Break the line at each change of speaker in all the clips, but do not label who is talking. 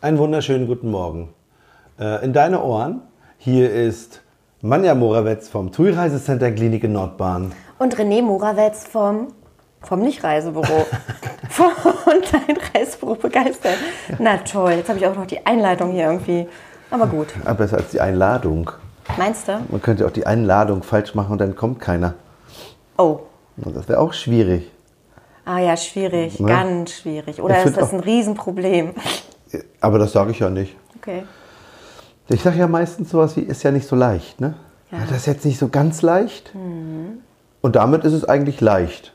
Einen wunderschönen guten Morgen. Äh, in deine Ohren, hier ist Manja Morawetz vom TUI Reisecenter Klinik in Nordbahn.
Und René Morawetz vom, vom Nicht-Reisebüro. Von dein Reisebüro begeistert. Na toll, jetzt habe ich auch noch die Einleitung hier irgendwie. Aber gut.
Ah, besser als die Einladung.
Meinst du?
Man könnte auch die Einladung falsch machen und dann kommt keiner.
Oh.
Und Das wäre auch schwierig.
Ah ja, schwierig.
Ne?
Ganz schwierig. Oder
Ich
ist
find
das
auch-
ein Riesenproblem?
Äh, Aber das sage ich ja nicht.
Okay.
Ich sage ja meistens sowas wie, ist ja nicht so leicht, ne?
Ja. Mhm.
Das ist jetzt nicht so ganz leicht. Und damit ist es eigentlich leicht.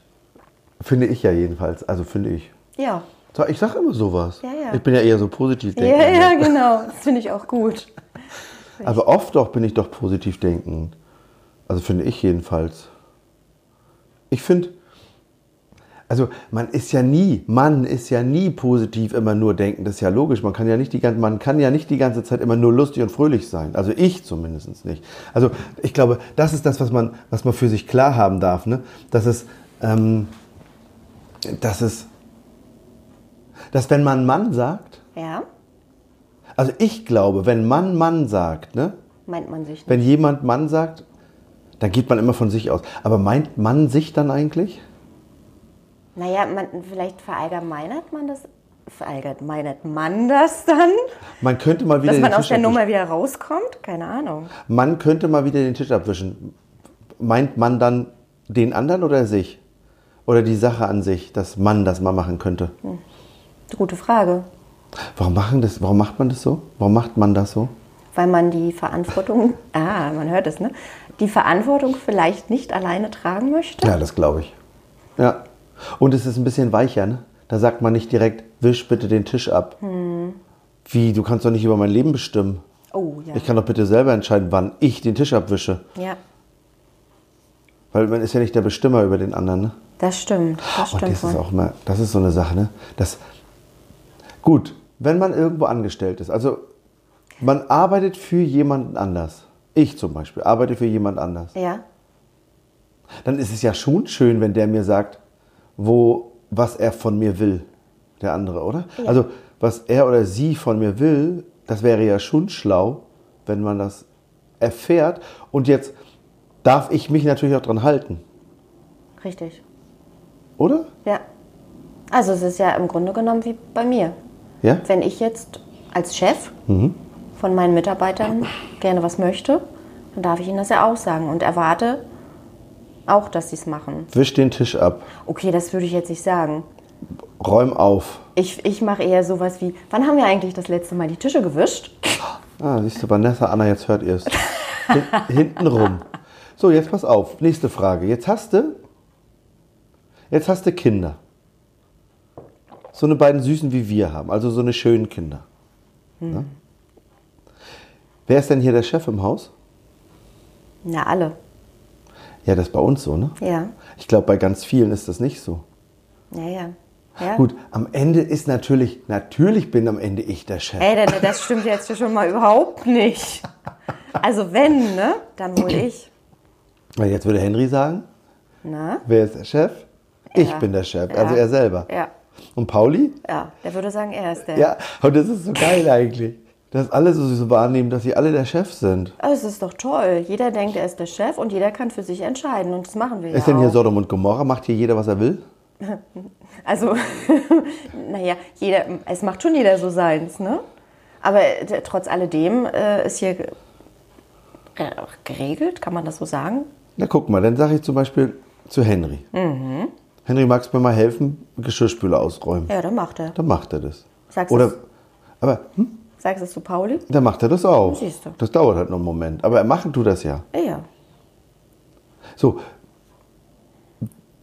Finde ich ja jedenfalls. Also finde ich.
Ja.
So, Ich sage immer sowas.
Ja, ja.
Ich bin ja eher so positiv
Ja,
denkend.
ja, genau. Das finde ich auch gut.
Aber oft doch bin ich doch positiv denkend. Also finde ich jedenfalls. Ich finde, also man ist ja nie, man ist ja nie positiv immer nur denken. Das ist ja logisch. Man kann ja nicht die ganze, man kann ja nicht die ganze Zeit immer nur lustig und fröhlich sein. Also ich zumindest nicht. Also ich glaube, das ist das, was man, was man für sich klar haben darf, ne? Dass es, ähm, dass es, dass wenn man Mann sagt,
Ja,
also ich glaube, wenn Mann Mann sagt, ne?
meint man sich nicht.
Wenn jemand Mann sagt, dann geht man immer von sich aus. Aber meint Mann sich dann eigentlich?
Naja, man, vielleicht verallgemeinert man das. Verallgemeinert man das dann?
Man könnte mal wieder
Dass
den
man
Tisch
aus der
abwischen.
Nummer wieder rauskommt? Keine Ahnung.
Man könnte mal wieder den Tisch abwischen. Meint man dann den anderen oder sich? Oder die Sache an sich, dass Mann das mal machen könnte?
Gute Frage.
Warum, machen das, warum macht man das so? Warum macht man das so?
Weil man die Verantwortung, ah, man hört es, ne? Die Verantwortung vielleicht nicht alleine tragen möchte.
Ja, das glaube ich. Ja. Und es ist ein bisschen weicher, ne? Da sagt man nicht direkt, wisch bitte den Tisch ab.
Hm.
Wie, du kannst doch nicht über mein Leben bestimmen.
Oh, ja.
Ich kann doch bitte selber entscheiden, wann ich den Tisch abwische.
Ja,
Weil man ist ja nicht der Bestimmer über den anderen. Ne?
das stimmt. Das
Und
stimmt
Oh, das ist
wohl.
auch immer, das ist so eine Sache, ne? Das, gut, wenn man irgendwo angestellt ist, also man arbeitet für jemanden anders. Ich zum Beispiel arbeite für jemand anders.
Ja,
Dann ist es ja schon schön, wenn der mir sagt, wo, was er von mir will, der andere, oder? Also, was er oder sie von mir will, das wäre ja schon schlau, wenn man das erfährt. Und jetzt darf ich mich natürlich auch dran halten,
richtig.
oder?
Ja. Also es ist ja im Grunde genommen wie bei mir.
Ja?
Wenn ich jetzt als Chef
Mhm.
von meinen Mitarbeitern gerne was möchte, dann darf ich ihnen das ja auch sagen und erwarte auch, dass sie es machen.
Wisch den Tisch ab,
Okay, das würde ich jetzt nicht sagen.
räum auf.
Ich, ich mache eher sowas wie, wann haben wir eigentlich das letzte Mal die Tische gewischt?
Ah, siehst du, Vanessa, Anna, jetzt hört ihr es. Hinten rum. So, jetzt pass auf. Nächste Frage. Jetzt hast du. Jetzt hast du Kinder. So eine beiden Süßen wie wir haben. Also so eine schönen Kinder. Ne? Wer ist denn hier der Chef im Haus?
Na, alle.
Ja, das ist bei uns so, ne?
Ja.
Ich glaube, bei ganz vielen ist das nicht so.
Ja, ja. ja.
Gut, am Ende ist natürlich, natürlich bin am Ende ich der Chef.
Ey, denn das stimmt jetzt schon mal überhaupt nicht. Also wenn, ne, dann wohl ich.
Weil jetzt würde Henry sagen,
Ne?
wer ist der Chef? Ich
Ja.
bin der Chef,
Ja.
also er selber.
Ja.
Und Pauli?
Ja, der würde sagen, er ist der.
Ja, und das ist so geil eigentlich, dass alle so, so wahrnehmen, dass sie alle der Chef sind.
Aber es ist doch toll. Jeder denkt, er ist der Chef und jeder kann für sich entscheiden. Und das machen wir
Ist
ja
denn hier
auch.
Sodom und Gomorra? Macht hier jeder, was er will?
Also, naja, jeder, es macht schon jeder so seins, ne? Aber äh, trotz alledem äh, ist hier ge- ge- geregelt, kann man das so sagen?
Na guck mal, dann sage ich zum Beispiel zu Henry. Henry, magst du mir mal helfen, Geschirrspüler ausräumen?
Mhm. Ja, dann macht er.
Dann macht er das.
Sagst
Oder,
du's?
aber hm,
Sagst du es zu Pauli?
dann macht er das auch.
Siehst du.
Das dauert halt noch einen Moment. Aber machen tut das ja.
Ja.
So,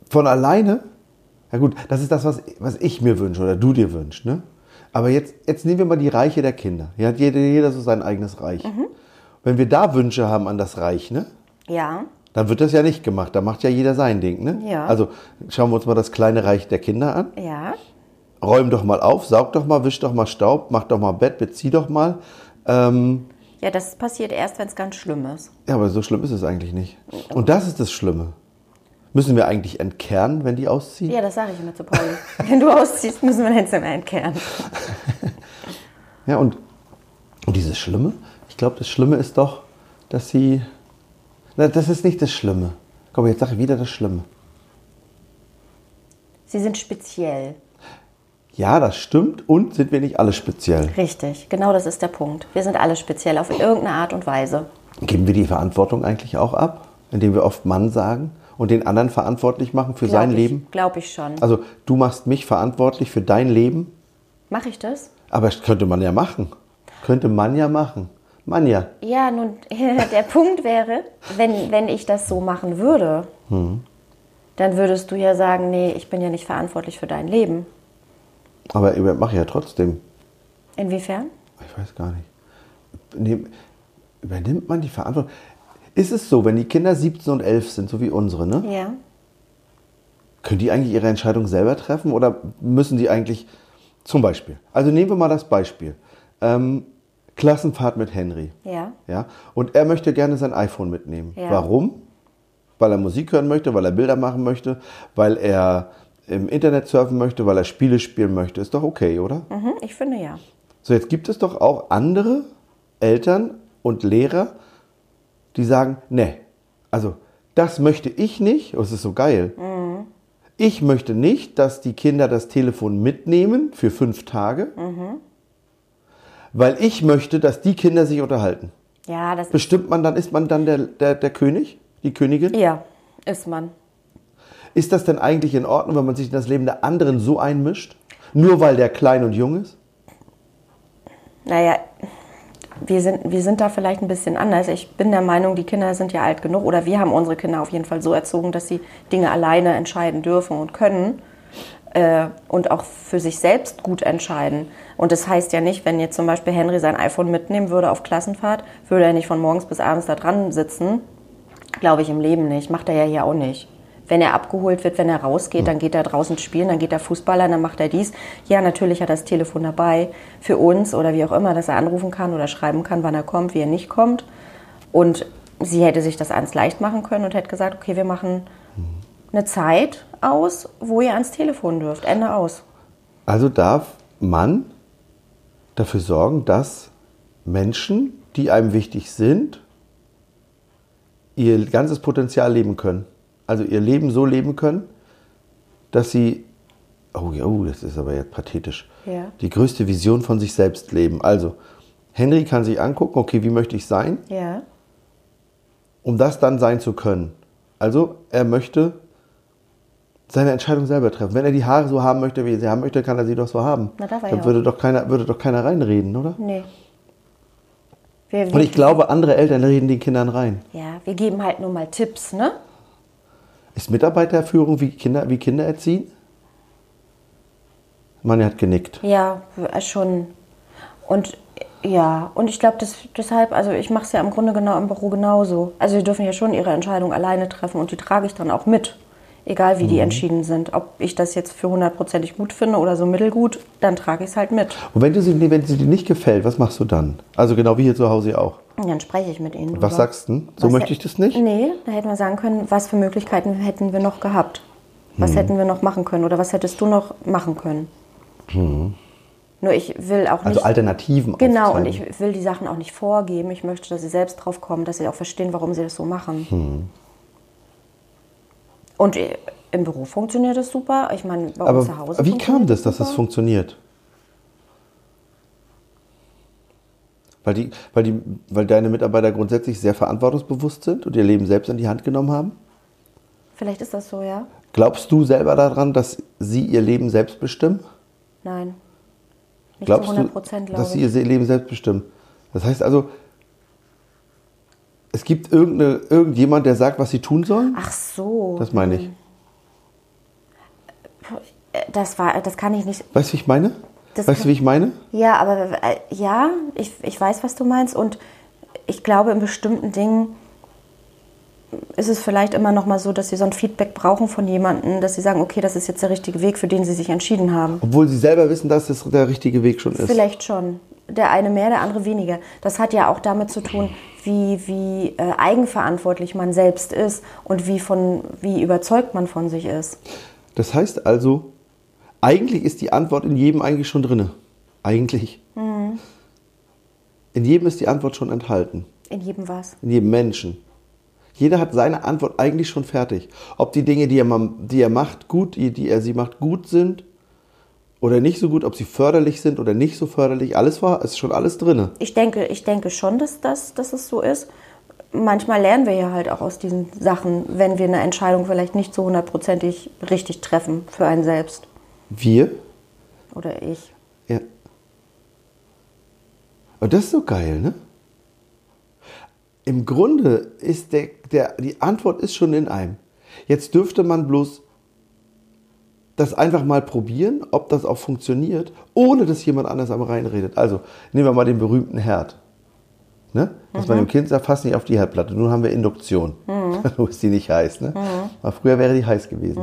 von alleine, ja gut, das ist das, was, was ich mir wünsche oder du dir wünschst. Ne? Aber jetzt, jetzt nehmen wir mal die Reiche der Kinder. Hier hat jeder, jeder so sein eigenes Reich. Wenn wir da Wünsche haben an das Reich, ne?
Ja.
dann wird das ja nicht gemacht. Da macht ja jeder sein Ding. Ne?
Ja.
Also schauen wir uns mal das kleine Reich der Kinder an.
Ja.
Räum doch mal auf, saug doch mal, wisch doch mal Staub, mach doch mal Bett, bezieh doch mal. Ähm,
Ja, das passiert erst, wenn es ganz schlimm ist.
ja, aber so schlimm ist es eigentlich nicht. Und das ist das Schlimme. Müssen wir eigentlich entkernen, wenn die ausziehen?
Ja, das sage ich immer zu Pauli. Wenn du ausziehst, müssen wir dein Zimmer entkehren.
Ja, und, und dieses Schlimme, ich glaube, das Schlimme ist doch, dass sie. Na, das ist nicht das Schlimme. Komm, jetzt sage ich wieder das Schlimme.
Sie sind speziell.
Ja, das stimmt und sind wir nicht alle speziell?
Richtig, genau das ist der Punkt. Wir sind alle speziell auf irgendeine Art und Weise.
Geben wir die Verantwortung eigentlich auch ab, indem wir oft Mann sagen und den anderen verantwortlich machen für sein
ich,
Leben?
Glaube ich schon.
Also, du machst mich verantwortlich für dein Leben,
Mache ich das?
aber das könnte man ja machen. Könnte man ja machen. Man ja.
Ja, nun, der Punkt wäre, wenn, wenn ich das so machen würde,
Hm.
dann würdest du ja sagen, nee, ich bin ja nicht verantwortlich für dein Leben.
Aber ich mache ja trotzdem.
Inwiefern?
Ich weiß gar nicht. Übernehm- Übernimmt man die Verantwortung? Ist es so, wenn die Kinder 17 und 11 sind, so wie unsere, ne?
Ja.
Können die eigentlich ihre Entscheidung selber treffen oder müssen die eigentlich zum Beispiel? Also nehmen wir mal das Beispiel. Ähm, Klassenfahrt mit Henry.
Ja.
Ja. Und er möchte gerne sein iPhone mitnehmen.
Ja.
Warum? Weil er Musik hören möchte, weil er Bilder machen möchte, weil er im Internet surfen möchte, weil er Spiele spielen möchte. Ist doch okay, oder?
Mhm, ich finde ja.
So, jetzt gibt es doch auch andere Eltern und Lehrer, die sagen, nee, also das möchte ich nicht, oh, es ist so geil. Ich möchte nicht, dass die Kinder das Telefon mitnehmen für fünf Tage, weil ich möchte, dass die Kinder sich unterhalten.
Ja, das ist.
Bestimmt man dann, ist man dann der, der, der König, die Königin?
Ja, ist man.
Ist das denn eigentlich in Ordnung, wenn man sich in das Leben der anderen so einmischt? Nur weil der klein und jung ist?
Naja, wir sind, wir sind da vielleicht ein bisschen anders. Ich bin der Meinung, die Kinder sind ja alt genug oder wir haben unsere Kinder auf jeden Fall so erzogen, dass sie Dinge alleine entscheiden dürfen und können äh, und auch für sich selbst gut entscheiden. Und das heißt ja nicht, wenn jetzt zum Beispiel Henry sein iPhone mitnehmen würde auf Klassenfahrt, würde er nicht von morgens bis abends da dran sitzen. Glaube ich im Leben nicht. Macht er ja hier auch nicht. Wenn er abgeholt wird, wenn er
Hm.
rausgeht, dann geht er draußen spielen, dann geht er Fußballer, dann macht er dies. Ja, natürlich hat er das Telefon dabei für uns oder wie auch immer, dass er anrufen kann oder schreiben kann, wann er kommt, wie er nicht kommt. Und sie hätte sich das ans leicht machen können und hätte gesagt, okay, wir machen
Hm.
eine Zeit aus, wo ihr ans Telefon dürft. Ende aus.
Also darf man dafür sorgen, dass Menschen, die einem wichtig sind, ihr ganzes Potenzial leben können. Also ihr Leben so leben können, dass sie, oh ja, oh, das ist aber jetzt pathetisch,
Ja.
die größte Vision von sich selbst leben. Also Henry kann sich angucken, okay, wie möchte ich sein,
Ja.
um das dann sein zu können. Also er möchte seine Entscheidung selber treffen. Wenn er die Haare so haben möchte, wie er sie haben möchte, kann er sie doch so haben.
Na, da war
Dann
ja
würde doch keiner, würde doch keiner reinreden, oder?
Nee. Wir,
Und
wir,
ich glaube, andere Eltern reden den Kindern rein.
ja, wir geben halt nur mal Tipps, ne?
Ist Mitarbeiterführung wie Kinder, wie Kinder erziehen? Mann, hat genickt.
Ja, w- schon. Und ja, und ich glaube, deshalb, also ich mache es ja im Grunde genau im Büro genauso. Also die dürfen ja schon ihre Entscheidung alleine treffen und die trage ich dann auch mit. Egal wie die
Mhm.
entschieden sind. Ob ich das jetzt für hundertprozentig gut finde oder so mittelgut, dann trage ich es halt mit.
Und wenn, du sie, wenn sie dir nicht gefällt, was machst du dann? Also genau wie hier zu Hause auch.
Und dann spreche ich mit ihnen.
Was
drüber.
sagst du? denn? So
Was
möchte
hä-
ich das nicht?
Nee, da hätten wir sagen können, was für Möglichkeiten hätten wir noch gehabt? Was
Mhm.
hätten wir noch machen können oder was hättest du noch machen können? Nur ich will auch
Mhm. Also
nicht.
Alternativen
Genau, und
aufzeigen.
ich will die Sachen auch nicht vorgeben. Ich möchte, dass sie selbst drauf kommen, dass sie auch verstehen, warum sie das so machen.
Hm.
Und äh, im Büro funktioniert das super. Ich meine, bei
Aber
uns zu Hause.
wie kam
funktioniert
das, dass das
super.
funktioniert? Weil, die, weil, die, weil deine Mitarbeiter grundsätzlich sehr verantwortungsbewusst sind und ihr Leben selbst in die Hand genommen haben?
Vielleicht ist das so, ja?
Glaubst du selber daran, dass sie ihr Leben selbst bestimmen?
Nein. Nicht
Glaubst
zu 100 Prozent,
du,
glaube
dass
ich.
sie ihr Leben selbst bestimmen? Das heißt also, es gibt irgendeine, irgendjemand, der sagt, was sie tun sollen?
Ach so.
Das meine ich.
Äh, Das, war, das kann ich nicht.
Weißt du, wie ich meine?
Das
weißt du,
kann-
wie ich meine?
Ja, aber äh, ja, ich, ich weiß, was du meinst. Und ich glaube, in bestimmten Dingen ist es vielleicht immer noch mal so, dass sie so ein Feedback brauchen von jemandem, dass sie sagen, okay, das ist jetzt der richtige Weg, für den sie sich entschieden haben.
Obwohl sie selber wissen, dass das der richtige Weg schon ist.
Vielleicht schon. Der eine mehr, der andere weniger. Das hat ja auch damit zu tun, wie, wie äh, eigenverantwortlich man selbst ist und wie, von, wie überzeugt man von sich ist.
Das heißt also, eigentlich ist die Antwort in jedem eigentlich schon drin. Eigentlich. In jedem ist die Antwort schon enthalten.
In jedem was.
In jedem Menschen. Jeder hat seine Antwort eigentlich schon fertig. Ob die Dinge, die er, ma- die er macht, gut, die die er sie macht, gut sind oder nicht so gut, ob sie förderlich sind oder nicht so förderlich, alles war, ist schon alles drin.
Ich denke, ich denke schon, dass, das, dass es so ist. Manchmal lernen wir ja halt auch aus diesen Sachen, wenn wir eine Entscheidung vielleicht nicht so hundertprozentig richtig treffen für einen selbst
Wir?
oder ich.
Ja. Und das ist so geil, ne? Im Grunde ist der, der, die Antwort ist schon in einem. Jetzt dürfte man bloß das einfach mal probieren, ob das auch funktioniert, ohne dass jemand anders am reinredet. Also nehmen wir mal den berühmten Herd. Ne? Dass man dem Kind sagt, fass nicht auf die Herdplatte. Nun haben wir Induktion. Wo ist die nicht heiß. Ne? Aber früher wäre die heiß gewesen.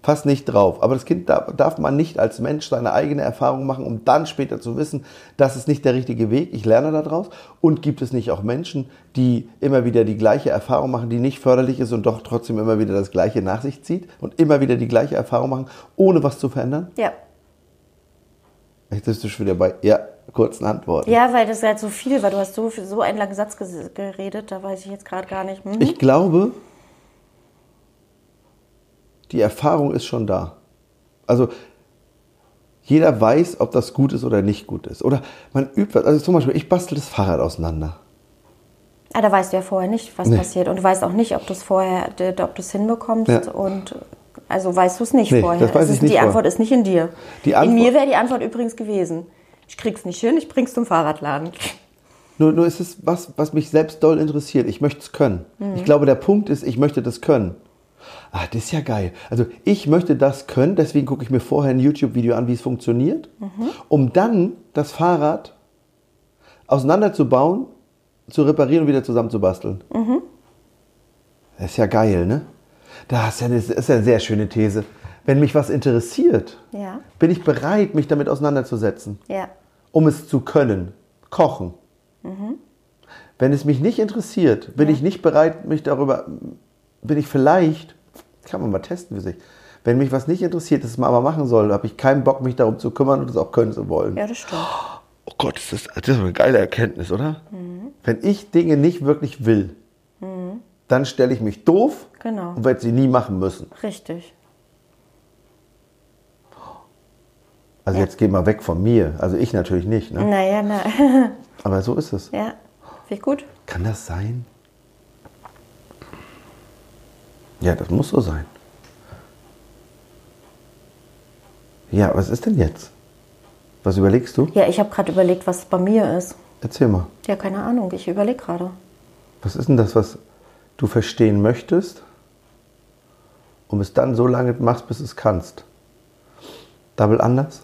Fass nicht drauf. Aber das Kind darf, darf man nicht als Mensch seine eigene Erfahrung machen, um dann später zu wissen, das ist nicht der richtige Weg. Ich lerne daraus. Und gibt es nicht auch Menschen, die immer wieder die gleiche Erfahrung machen, die nicht förderlich ist und doch trotzdem immer wieder das Gleiche nach sich zieht und immer wieder die gleiche Erfahrung machen, ohne was zu verändern?
Ja.
Jetzt bist du schon wieder bei, ja, kurzen Antworten.
Ja, weil das ist halt so viel, weil du hast so, viel- so einen langen Satz ges- geredet, da weiß ich jetzt gerade gar nicht. Hm?
Ich glaube, die Erfahrung ist schon da. Also jeder weiß, ob das gut ist oder nicht gut ist. Oder man übt was. Also zum Beispiel, ich bastel das Fahrrad auseinander.
Ah, da weißt du ja vorher nicht, was
Nee.
passiert. Und du weißt auch nicht, ob du es vorher, d- ob du es hinbekommst.
Ja.
Und also weißt du es nicht
Nee,
vorher.
das weiß
es
ich
ist,
nicht
die
vorher.
Antwort ist nicht in dir.
Die
in
Antwort-
mir wäre die Antwort übrigens gewesen. Ich krieg's nicht hin, ich bring's zum Fahrradladen.
Nur, nur ist es was, was mich selbst doll interessiert. Ich möchte es können. Ich glaube, der Punkt ist, ich möchte das können. Ah, das ist ja geil. Also ich möchte das können, deswegen gucke ich mir vorher ein YouTube-Video an, wie es funktioniert, um dann das Fahrrad auseinanderzubauen, zu reparieren und wieder zusammenzubasteln. Das ist ja geil, ne? Das ist ja, eine, das ist ja eine sehr schöne These. Wenn mich was interessiert,
Ja.
bin ich bereit, mich damit auseinanderzusetzen
Ja.
um es zu können. Kochen. Wenn es mich nicht interessiert, bin ich nicht bereit, mich darüber, bin ich vielleicht, kann man mal testen für sich, wenn mich was nicht interessiert, das man aber machen soll, habe ich keinen Bock, mich darum zu kümmern und es auch können zu wollen.
Ja, das stimmt.
Oh Gott, ist das, das ist eine geile Erkenntnis, oder?
Mhm.
Wenn ich Dinge nicht wirklich will, dann stelle ich mich doof
Genau.
und werde sie nie machen müssen.
Richtig.
Also
Ja. Mhm.
jetzt geh mal weg von mir. Also ich natürlich nicht, ne?
Naja, na.
aber so ist es.
ja. Finde ich gut.
Kann das sein? Ja, das muss so sein. Ja, was ist denn jetzt? Was überlegst du?
Ja, ich habe gerade überlegt, was bei mir ist.
Erzähl mal.
Ja, keine Ahnung. Ich überlege gerade.
Was ist denn das, was du verstehen möchtest und es dann so lange machst, bis es kannst? Double anders?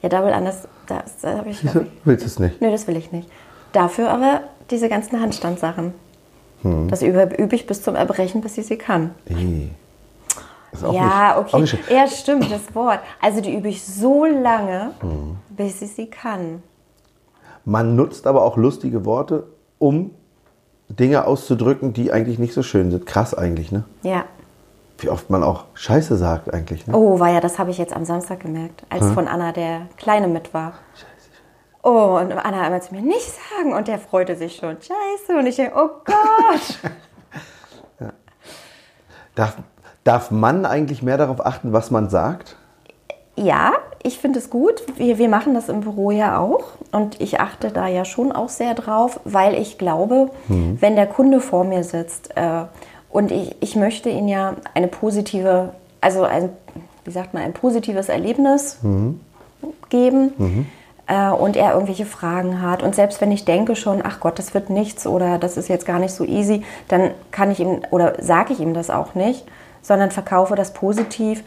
Ja, Double anders, das, das habe ich.
Wieso willst du es nicht?
Nö, das will ich nicht. Dafür aber diese ganzen Handstandsachen.
Hm.
Das über- übe ich bis zum Erbrechen, bis ich sie kann.
Ih. Ist auch
ja,
nicht- auch
okay.
nicht schön.
ja, stimmt, das Wort. Also die übe ich so lange,
Hm.
bis ich sie kann.
Man nutzt aber auch lustige Worte, um Dinge auszudrücken, die eigentlich nicht so schön sind. Krass eigentlich, ne?
Ja.
Wie oft man auch Scheiße sagt eigentlich, ne?
Oh, war ja, das habe ich jetzt am Samstag gemerkt, als von Anna der Kleine mit war. Oh, und Anna einmal zu mir nicht sagen und der freute sich schon. Scheiße. Und ich denke, oh Gott.
Darf, darf man eigentlich mehr darauf achten, was man sagt?
ja, ich finde es gut. Wir, wir machen das im Büro ja auch. Und ich achte da ja schon auch sehr drauf, weil ich glaube, wenn der Kunde vor mir sitzt äh, und ich, ich möchte ihn ja eine positive, also ein, wie sagt man, ein positives Erlebnis geben
Mhm.
äh, und er irgendwelche Fragen hat. Und selbst wenn ich denke schon, ach Gott, das wird nichts oder das ist jetzt gar nicht so easy, dann kann ich ihm oder sage ich ihm das auch nicht, sondern verkaufe das positiv.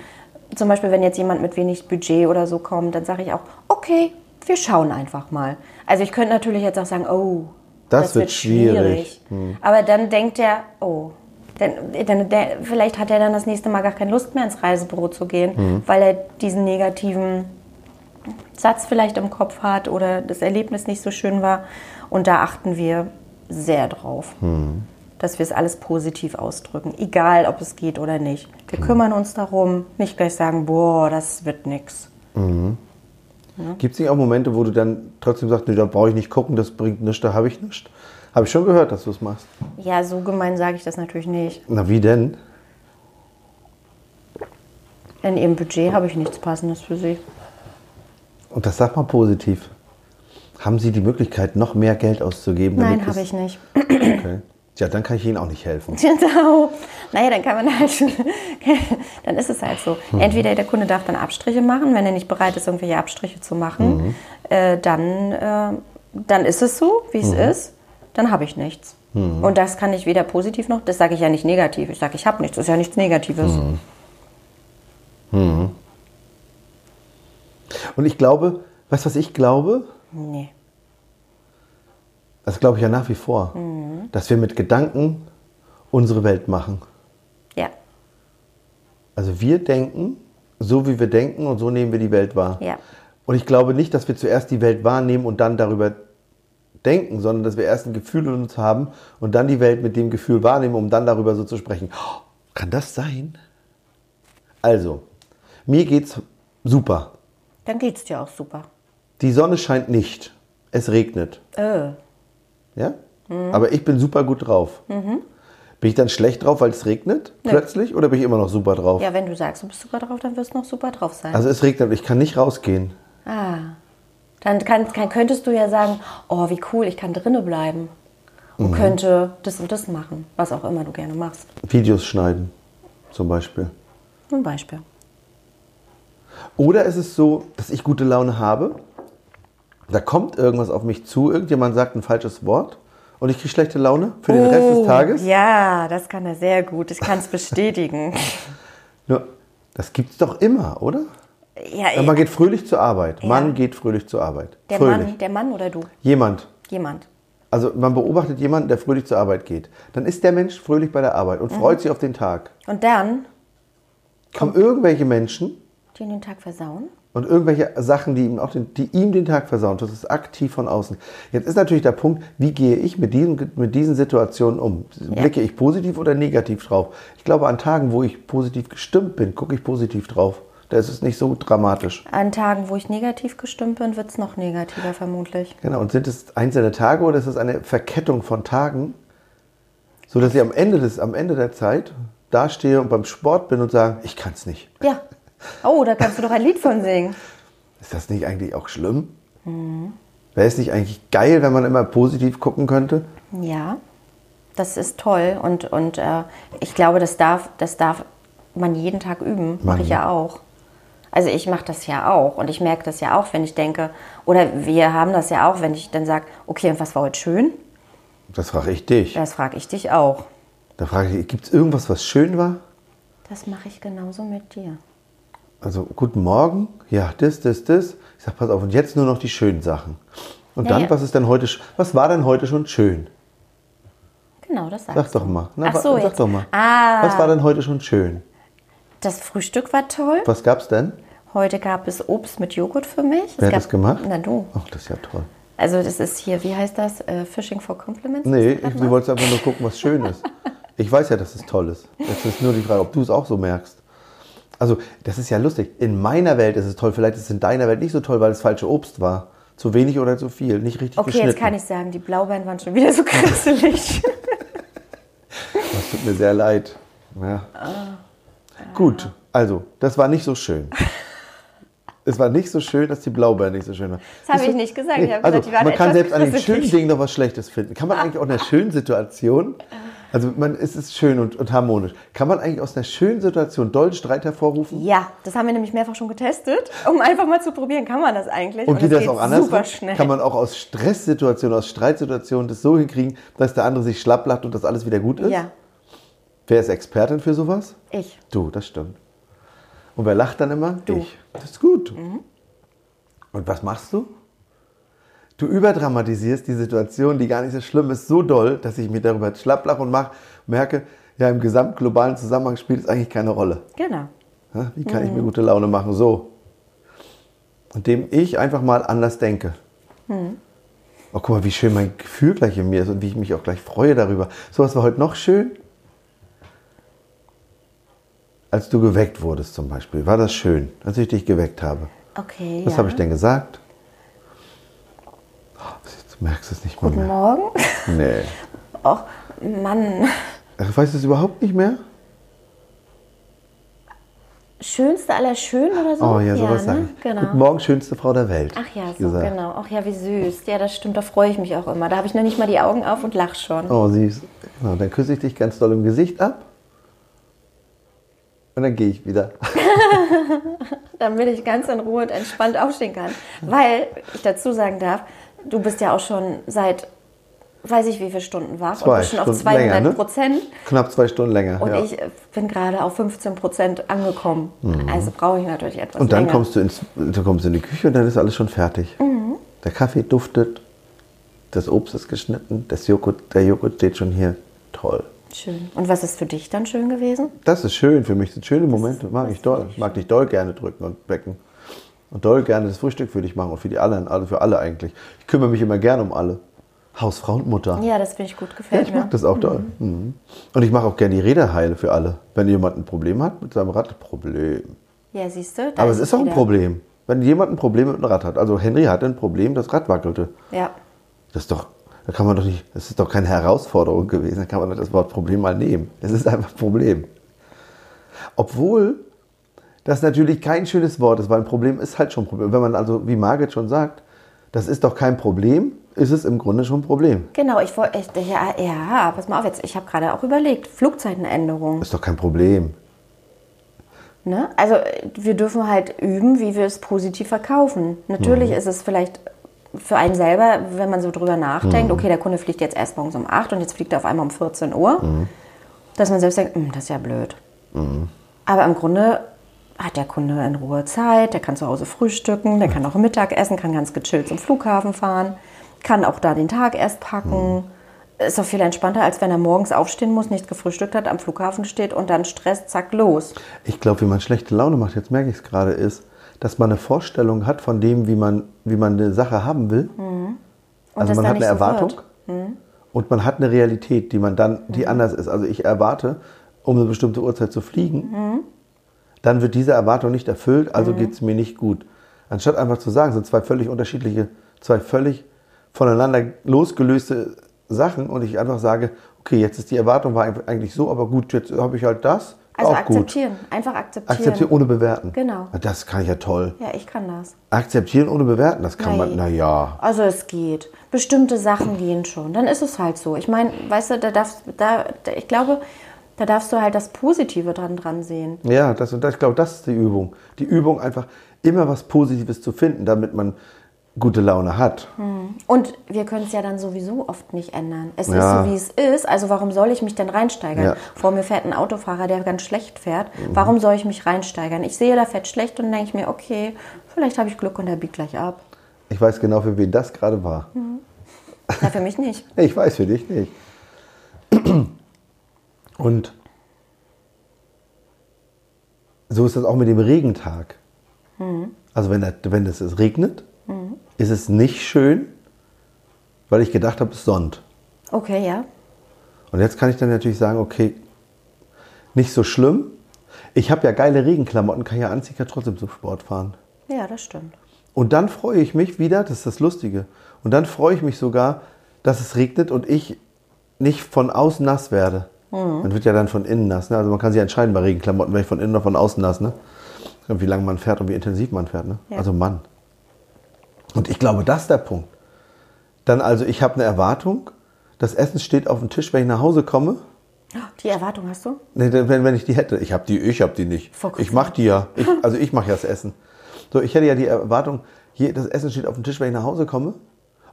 Zum Beispiel, wenn jetzt jemand mit wenig Budget oder so kommt, dann sage ich auch, okay, wir schauen einfach mal. Also ich könnte natürlich jetzt auch sagen, oh,
Das wird schwierig. Mhm.
Aber dann denkt er, oh. Dann, dann, der, vielleicht hat er dann das nächste Mal gar keine Lust mehr ins Reisebüro zu gehen,
Mhm.
weil er diesen negativen Satz vielleicht im Kopf hat oder das Erlebnis nicht so schön war. Und da achten wir sehr drauf, dass wir es alles positiv ausdrücken, egal ob es geht oder nicht. Wir kümmern uns darum, nicht gleich sagen, boah, das wird nix.
Gibt es nicht auch Momente, wo du dann trotzdem sagst, nee, da brauche ich nicht gucken, das bringt nichts, da habe ich nichts? Habe ich schon gehört, dass du es machst.
Ja, so gemein sage ich das natürlich nicht.
Na, wie denn?
In ihrem Budget habe ich nichts Passendes für sie.
Und das sag mal positiv. Haben Sie die Möglichkeit, noch mehr Geld auszugeben?
Nein, habe ich nicht.
nicht. Okay. Ja, dann kann ich Ihnen auch nicht helfen.
Genau. Naja, dann kann man halt schon, dann ist es halt so. Entweder der Kunde darf dann Abstriche machen, wenn er nicht bereit ist, irgendwelche Abstriche zu machen, äh, dann, äh, dann ist es so, wie es ist, dann habe ich nichts. Und das kann ich weder positiv noch, das sage ich ja nicht negativ, ich sage, ich habe nichts, ist ja nichts Negatives.
Und ich glaube, weißt du, was ich glaube?
Nee.
Das glaube ich ja nach wie vor. Dass wir mit Gedanken unsere Welt machen.
Ja,
Also wir denken, so wie wir denken und so nehmen wir die Welt wahr.
Ja.
Und ich glaube nicht, dass wir zuerst die Welt wahrnehmen und dann darüber denken, sondern dass wir erst ein Gefühl in uns haben und dann die Welt mit dem Gefühl wahrnehmen, um dann darüber so zu sprechen. Oh, kann das sein? Also, mir geht's super.
dann geht's dir auch super.
Die Sonne scheint nicht. Es regnet.
Äh,
Ja? Aber ich bin super gut drauf. Bin ich dann schlecht drauf, weil es regnet
Nö.
plötzlich oder bin ich immer noch super drauf?
ja, wenn du sagst, du bist super drauf, dann wirst du noch super drauf sein.
Also es regnet und ich kann nicht rausgehen.
Ah, dann kann, kann, könntest du ja sagen, oh, wie cool, ich kann drinnen bleiben
Mhm.
und könnte das und das machen, was auch immer du gerne machst.
Videos schneiden zum Beispiel.
Ein Beispiel.
Oder ist es so, dass ich gute Laune habe, da kommt irgendwas auf mich zu, irgendjemand sagt ein falsches Wort und ich kriege schlechte Laune für den Rest des Tages?
Oh, Ja, das kann er sehr gut. Ich kann es bestätigen.
Nur, das gibt's doch immer, oder?
ja,
Ja, man geht fröhlich zur Arbeit.
Äh, Ja.
Mann geht fröhlich zur Arbeit.
der,
fröhlich.
Mann, der Mann oder du?
Jemand.
Jemand.
Also man beobachtet jemanden, der fröhlich zur Arbeit geht. Dann ist der Mensch fröhlich bei der Arbeit und freut sich auf den Tag.
Und dann,
Kommen irgendwelche Menschen
die den Tag versauen?
Und irgendwelche Sachen, die ihm, auch den, die ihm den Tag versauen, das ist aktiv von außen. Jetzt ist natürlich der Punkt, wie gehe ich mit diesen, mit diesen Situationen um? Blicke ich positiv oder negativ drauf? Ich glaube, an Tagen, wo ich positiv gestimmt bin, gucke ich positiv drauf. Da ist es nicht so dramatisch.
An Tagen, wo ich negativ gestimmt bin, wird es noch negativer vermutlich.
Genau. Und sind es einzelne Tage oder ist es eine Verkettung von Tagen, sodass ich am Ende, des, am Ende der Zeit dastehe und beim Sport bin und sage, ich kann es nicht.
Ja. Oh, da kannst du doch ein Lied von singen.
Ist das nicht eigentlich auch schlimm?
Mhm.
Wäre es nicht eigentlich geil, wenn man immer positiv gucken könnte?
Ja, das ist toll und, und äh, ich glaube, das darf, das darf man jeden Tag üben. Mache ich ja auch. Also ich mache das ja auch und ich merke das ja auch, wenn ich denke, oder wir haben das ja auch, wenn ich dann sage, okay, und was war heute schön?
Das frage ich dich.
Das frage ich dich auch.
Da frage ich, gibt es irgendwas, was schön war?
Das mache ich genauso mit dir.
Also, guten Morgen, ja, das, das, das. Ich sage, pass auf, und jetzt nur noch die schönen Sachen. Und
Ja,
dann,
ja.
was ist denn heute, sch- was war denn heute schon schön?
Genau, das sagst
Sag
du.
doch mal. Na,
Ach
wa-
so,
sag
jetzt.
doch mal.
Ah.
Was war denn heute schon schön?
Das Frühstück war toll.
Was gab's denn?
Heute gab es Obst mit Joghurt für mich. Es
Wer hat
gab-
das gemacht?
Na du.
Ach, das ist ja toll.
Also das ist hier, wie heißt das? Äh, Fishing for Compliments?
Nee,
Hast du
ich,
gerade
du
mal?
wolltest einfach nur gucken, was schön ist. Ich weiß ja, dass es toll ist. Jetzt ist nur die Frage, ob du es auch so merkst. Also, das ist ja lustig. In meiner Welt ist es toll, vielleicht ist es in deiner Welt nicht so toll, weil das falsche Obst war. Zu wenig oder zu viel, nicht richtig
Okay,
geschnitten.
jetzt kann ich sagen, die Blaubeeren waren schon wieder so kritzelig.
Das tut mir sehr leid. Ja.
Ah,
Gut, also, das war nicht so schön. es war nicht so schön, dass die Blaubeeren nicht so schön waren.
Das habe
Siehst
ich
du?
nicht gesagt. Ich habe
also,
gesagt, die waren
man kann
etwas
selbst an den
grisselig.
schönen Dingen noch was Schlechtes finden. Kann man eigentlich aus einer schönen Situation, also man, es ist schön und, und harmonisch, kann man eigentlich aus einer schönen Situation dollen Streit hervorrufen?
ja, das haben wir nämlich mehrfach schon getestet, um einfach mal zu probieren, kann man das eigentlich?
Und geht
es
das auch anders?
Super schnell.
Kann man auch aus Stresssituationen, aus Streitsituationen das so hinkriegen, dass der andere sich schlapp lacht und das alles wieder gut ist?
ja,
Wer ist Expertin für sowas?
ich.
Du, das stimmt. Und wer lacht dann immer?
Du.
Ich. Das ist gut. Und was machst du? Du überdramatisierst die Situation, die gar nicht so schlimm ist, so doll, dass ich mir darüber schlapp lache und mach, merke, ja, im gesamtglobalen Zusammenhang spielt es eigentlich keine Rolle.
Genau.
Ja, Wie kann ich
Mhm.
mir gute Laune machen? So. Indem ich einfach mal anders denke.
Mhm.
Oh, guck mal, wie schön mein Gefühl gleich in mir ist und wie ich mich auch gleich freue darüber. So was war heute noch schön. Als du geweckt wurdest zum Beispiel, war das schön, als ich dich geweckt habe.
Okay.
Was
ja.
habe ich denn gesagt? Oh, Du merkst es nicht mal
Guten
mehr.
Morgen.
Nee.
Och, Mann.
Ach, Weißt du es überhaupt nicht mehr?
Schönste aller Schönen oder so?
Oh ja, sowas
ne?
sagen. Guten
Genau.
Morgen, schönste Frau der Welt.
Ach ja,
hab ich
so, genau. Ach ja, wie süß. Ja, das stimmt. Da freue ich mich auch immer. Da habe ich noch nicht mal die Augen auf und lach schon.
Oh, süß. Genau, dann küsse ich dich ganz doll im Gesicht ab. Und dann gehe ich wieder.
damit ich ganz in Ruhe und entspannt aufstehen kann. Weil ich dazu sagen darf, du bist ja auch schon seit weiß ich wie viele Stunden wach
Zwei
und bist schon auf
Stunden länger,
200
ne?
Prozent.
Knapp zwei Stunden länger.
Und
ja.
ich äh, bin gerade auf 15 Prozent angekommen. Also brauche ich natürlich etwas
Mhm. und dann
länger.
kommst du, ins, dann kommst du in die Küche und dann ist alles schon fertig.
Mhm.
Der Kaffee duftet, das Obst ist geschnitten, das Joghurt, der Joghurt steht schon hier. Toll.
Schön. Und was ist für dich dann schön gewesen?
Das ist schön für mich. sind schöne Momente. Mag
das
ich doll. Ich mag dich doll gerne drücken und becken. Und doll gerne das Frühstück für dich machen und für die anderen, alle für alle eigentlich. Ich kümmere mich immer gerne um alle. Hausfrau und Mutter.
Ja, das finde ich gut
Ja,
gefällt
ich
mir.
mag das auch doll. Mhm. Und ich mache auch gerne die Räder heile für alle. Wenn jemand ein Problem hat mit seinem Rad, Problem.
Ja, siehst du. da
Aber es ist auch ein
wieder.
Problem. Wenn jemand ein Problem mit dem Rad hat. Also Henry hatte ein Problem, das Rad wackelte.
Ja.
Das ist doch, da kann man doch nicht, das ist doch keine Herausforderung gewesen. Da kann man doch das Wort Problem mal nehmen. Es ist einfach Problem. Obwohl das natürlich kein schönes Wort ist, weil ein Problem ist halt schon ein Problem. Wenn man also, wie Margit schon sagt, das ist doch kein Problem, ist es im Grunde schon ein Problem.
Genau, ich wollte. ich- Ja, ja, pass mal auf, jetzt, ich habe gerade auch überlegt, Flugzeitenänderung.
Ist doch kein Problem.
Ne? Also äh, wir dürfen halt üben, wie wir es positiv verkaufen. Natürlich ist es vielleicht für einen selber, wenn man so drüber nachdenkt, okay, der Kunde fliegt jetzt erst morgens um 8 und jetzt fliegt er auf einmal um 14 Uhr, dass man selbst denkt, "Hm, das ist ja blöd. Aber im Grunde hat der Kunde in Ruhe Zeit, der kann zu Hause frühstücken, der kann auch Mittag essen, kann ganz gechillt zum Flughafen fahren, kann auch da den Tag erst packen. Ist doch viel entspannter, als wenn er morgens aufstehen muss, nicht gefrühstückt hat, am Flughafen steht und dann Stress, zack, los.
Ich glaube, wie man schlechte Laune macht, jetzt merke ich es gerade, ist, dass man eine Vorstellung hat von dem, wie man, wie man eine Sache haben will. also
Mhm. das
man
dann
hat eine
nicht so wird. Mhm.
Erwartung und man hat eine Realität, die man dann, die anders ist. Also ich erwarte, um eine bestimmte Uhrzeit zu fliegen,
Mhm.
dann wird diese Erwartung nicht erfüllt, also geht es mir nicht gut. Anstatt einfach zu sagen, sind zwei völlig unterschiedliche, zwei völlig voneinander losgelöste Sachen und ich einfach sage, okay, jetzt ist die Erwartung war eigentlich so, aber gut, jetzt habe ich halt das.
Also
auch gut.
akzeptieren, einfach akzeptieren.
Akzeptieren ohne bewerten.
Genau.
Na, Das kann ich ja toll.
Ja, ich kann das.
Akzeptieren ohne bewerten, das kann man,
Nein.
naja.
Also es geht. Bestimmte Sachen gehen schon. Dann ist es halt so. Ich meine, weißt du, da darfst da, da ich glaube, da darfst du halt das Positive dran dran sehen.
Ja, das und das, ich glaube, das ist die Übung. Die Übung einfach immer was Positives zu finden, damit man gute Laune hat.
Und wir können es ja dann sowieso oft nicht ändern. Es
Ja.
ist so, wie es ist. Also warum soll ich mich denn reinsteigern?
Ja. Mhm.
Vor mir fährt ein Autofahrer, der ganz schlecht fährt. Warum soll ich mich reinsteigern? Ich sehe, da fährt schlecht und denke ich mir, okay, vielleicht habe ich Glück und er biegt gleich ab.
Ich weiß genau, für wen das gerade war.
Na, für mich nicht.
Ich weiß für dich nicht. Und so ist das auch mit dem Regentag.
Mhm.
Also wenn, das, wenn das es regnet, ist es nicht schön, weil ich gedacht habe, es sonnt.
Okay, ja.
Und jetzt kann ich dann natürlich sagen, okay, nicht so schlimm. Ich habe ja geile Regenklamotten, kann ja anziehen, kann trotzdem zum Sport fahren.
Ja, das stimmt.
Und dann freue ich mich wieder, das ist das Lustige, und dann freue ich mich sogar, dass es regnet und ich nicht von außen nass werde. Man wird ja dann von innen nass. Ne? Also man kann sich entscheiden bei Regenklamotten, werde ich von innen oder von außen nass. Ne? Und wie lange man fährt und wie intensiv man fährt. Ne?
Ja.
Also Mann. Und ich glaube, das ist der Punkt. Dann also, ich habe eine Erwartung, das Essen steht auf dem Tisch, wenn ich nach Hause komme.
Die Erwartung hast du?
Nee, dann, wenn, wenn ich die hätte. Ich habe die, ich habe die nicht.
Voll cool.
Ich mache die ja. Ich, also ich mache ja das Essen. So, ich hätte ja die Erwartung, hier, das Essen steht auf dem Tisch, wenn ich nach Hause komme.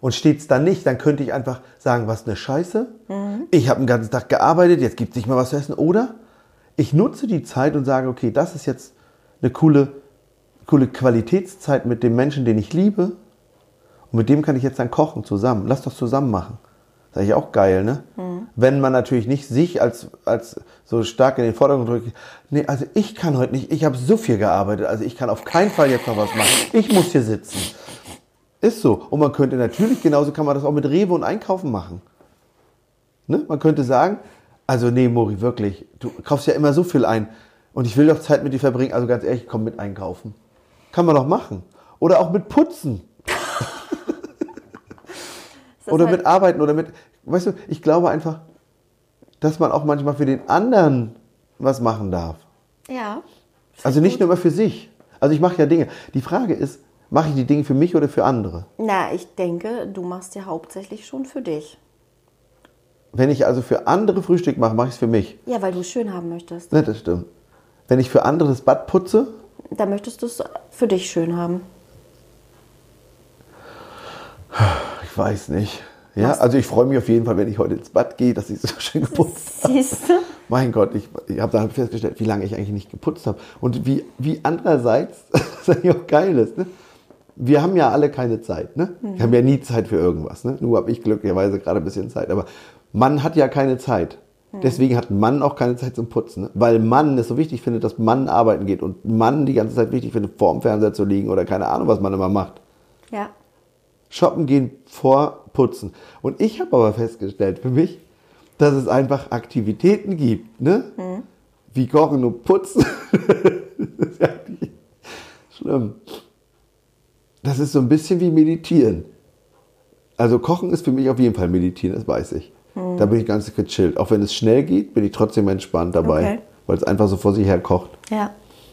Und steht es dann nicht, dann könnte ich einfach sagen, was eine Scheiße. Ich habe den ganzen Tag gearbeitet, jetzt gibt es nicht mehr was zu essen. Oder ich nutze die Zeit und sage, okay, das ist jetzt eine coole, coole Qualitätszeit mit dem Menschen, den ich liebe. Und mit dem kann ich jetzt dann kochen zusammen. Lass doch zusammen machen. Sag ich auch geil, ne? Wenn man natürlich nicht sich als, als so stark in den Vordergrund drückt. Nee, also ich kann heute nicht. Ich habe so viel gearbeitet. Also ich kann auf keinen Fall jetzt noch was machen. Ich muss hier sitzen. Ist so. Und man könnte natürlich, genauso kann man das auch mit Rewe und Einkaufen machen. Ne? Man könnte sagen, also nee, Mori, wirklich, du kaufst ja immer so viel ein. Und ich will doch Zeit mit dir verbringen. Also ganz ehrlich, komm mit einkaufen. Kann man doch machen. Oder auch mit Putzen.
Es ist
oder
halt-
mit Arbeiten oder mit. Weißt du, ich glaube einfach, dass man auch manchmal für den anderen was machen darf.
Ja.
Also nicht nur immer für sich. Also ich mache ja Dinge. Die Frage ist, mache ich die Dinge für mich oder für andere?
Na, ich denke, du machst ja hauptsächlich schon für dich.
Wenn ich also für andere Frühstück mache, mache ich es für mich.
Ja, weil du es schön haben möchtest.
Ne, das stimmt. Wenn ich für andere das Bad putze,
Da möchtest du es für dich schön haben.
ich weiß nicht. Ja, also ich freue mich auf jeden Fall, wenn ich heute ins Bad gehe, dass ich so schön geputzt
Siehst du?
Mein Gott, ich, ich habe dann festgestellt, wie lange ich eigentlich nicht geputzt habe. Und wie, wie andererseits, das eigentlich auch geil ist, ne? wir haben ja alle keine Zeit. Ne? Wir haben ja nie Zeit für irgendwas. Ne? Nur habe ich glücklicherweise gerade ein bisschen Zeit. Aber Mann hat ja keine Zeit. Deswegen hat Mann auch keine Zeit zum Putzen. Ne? Weil Mann es so wichtig findet, dass Mann arbeiten geht. Und Mann die ganze Zeit wichtig findet, vorm Fernseher zu liegen oder keine Ahnung, was man immer macht.
Ja.
Shoppen gehen vor Putzen. Und ich habe aber festgestellt für mich, dass es einfach Aktivitäten gibt, ne? Wie Kochen und Putzen. das ist ja nicht schlimm. Das ist so ein bisschen wie Meditieren. Also Kochen ist für mich auf jeden Fall Meditieren, das weiß ich. Da bin ich ganz gechillt. Auch wenn es schnell geht, bin ich trotzdem entspannt dabei,
Okay.
weil es einfach so vor sich her kocht.
Ja.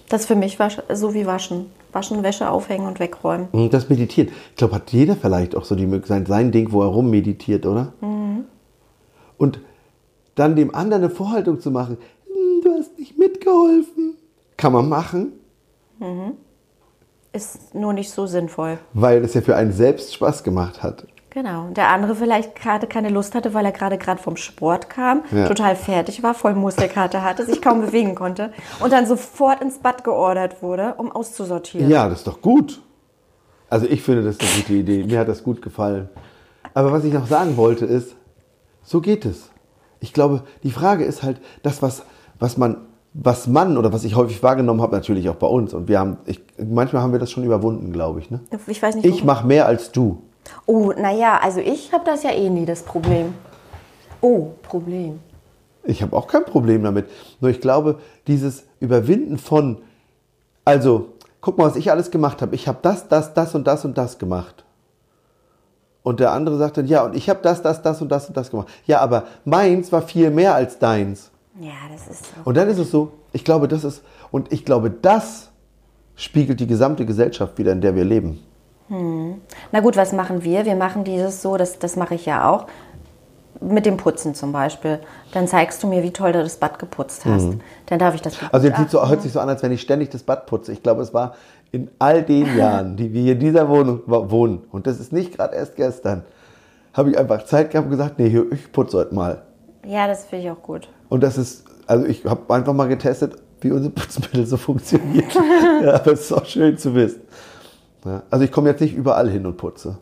Das ist für mich wasch- so wie Waschen. Waschen, Wäsche aufhängen und wegräumen.
Und das Meditieren. Ich glaube, hat jeder vielleicht auch so die Möglichkeit, sein, sein Ding, wo er rummeditiert, oder? Und dann dem anderen eine Vorhaltung zu machen, "Hm, du hast nicht mitgeholfen, kann man machen,
Ist nur nicht so sinnvoll.
weil es ja für einen selbst Spaß gemacht hat.
Genau. Der andere vielleicht gerade keine Lust hatte, weil er gerade gerade vom Sport kam,
Ja.
total fertig war, voll Muskelkater hatte, sich kaum bewegen konnte und dann sofort ins Bad geordert wurde, um auszusortieren.
Ja, das ist doch gut. Also ich finde, das ist eine gute Idee. Mir hat das gut gefallen. Aber was ich noch sagen wollte ist, so geht es. Ich glaube, die Frage ist halt, das, was, was man, was man oder was ich häufig wahrgenommen habe, natürlich auch bei uns. Und wir haben, ich, manchmal haben wir das schon überwunden, glaube ich. Ne?
Ich weiß nicht.
Ich mache mehr als du.
oh, naja, also ich habe das ja eh nie, das Problem. Oh, Problem.
Ich habe auch kein Problem damit. Nur ich glaube, dieses Überwinden von, also, guck mal, was ich alles gemacht habe. Ich habe das, das, das und das und das gemacht. Und der andere sagt dann, ja, und ich habe das, das, das und das und das gemacht. Ja, aber meins war viel mehr als deins.
Ja, das ist so.
Und dann ist es so, ich glaube, das ist, und ich glaube, das spiegelt die gesamte Gesellschaft wieder, in der wir leben.
Na gut, was machen wir? Wir machen dieses so, das, das mache ich ja auch. Mit dem Putzen zum Beispiel. Dann zeigst du mir, wie toll du das Bad geputzt hast. Dann darf ich das
Also jetzt
begutachten.
sieht so, hört sich so an, als wenn ich ständig das Bad putze. Ich glaube, es war in all den Jahren, die wir hier in dieser Wohnung wo- wohnen, und das ist nicht gerade erst gestern, habe ich einfach Zeit gehabt und gesagt, nee, hier, ich putze heute mal.
Ja, das finde ich auch gut.
Und das ist, also ich habe einfach mal getestet, wie unser Putzmittel so funktioniert. ja, aber es ist auch schön zu wissen. Ja, also ich komme jetzt nicht überall hin und putze.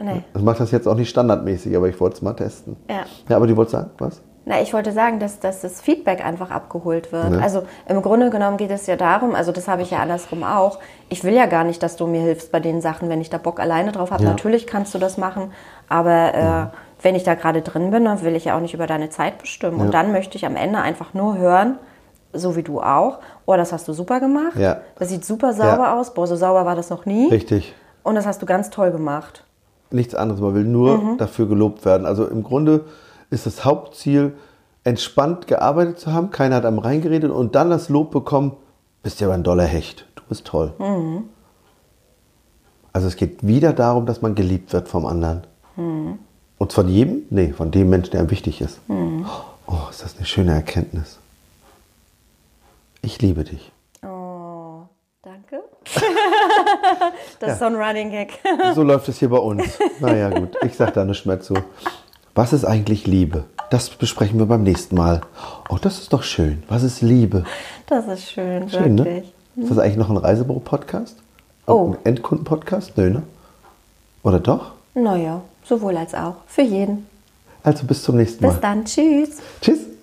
Nee.
Ich mache das jetzt auch nicht standardmäßig, aber ich wollte es mal testen.
Ja.
ja aber die wollte sagen, was?
Na, ich wollte sagen, dass, dass das Feedback einfach abgeholt wird.
Ja.
Also im Grunde genommen geht es ja darum, also das habe ich ja andersrum auch. Ich will ja gar nicht, dass du mir hilfst bei den Sachen, wenn ich da Bock alleine drauf habe.
Ja.
Natürlich kannst du das machen, aber äh, wenn ich da gerade drin bin, dann will ich ja auch nicht über deine Zeit bestimmen.
Ja.
Und dann möchte ich am Ende einfach nur hören, so wie du auch, oh, das hast du super gemacht.
Ja.
Das sieht super sauber
Ja.
aus. Boah, so sauber war das noch nie.
Richtig.
Und das hast du ganz toll gemacht.
nichts anderes. Man will nur dafür gelobt werden. Also im Grunde ist das Hauptziel, entspannt gearbeitet zu haben. Keiner hat einem reingeredet und dann das Lob bekommen. Bist ja aber ein doller Hecht. Du bist toll. Also es geht wieder darum, dass man geliebt wird vom anderen. Und von jedem? Nee, von dem Menschen, der einem wichtig ist. Oh, ist das eine schöne Erkenntnis. Ich liebe dich.
Oh, danke. das ist so ein Running Gag.
So läuft es hier bei uns. Naja, gut, ich sag da nichts mehr zu. Was ist eigentlich Liebe? Das besprechen wir beim nächsten Mal. Oh, das ist doch schön. Was ist Liebe?
Das ist schön,
Schön, ne?
wirklich.
Ist das eigentlich noch ein Reisebüro-Podcast?
Oh.
Ein Endkunden-Podcast? Nö, ne? Oder doch?
Naja, sowohl als auch. Für jeden.
Also bis zum nächsten
Bis
Mal.
dann. Tschüss.
Tschüss.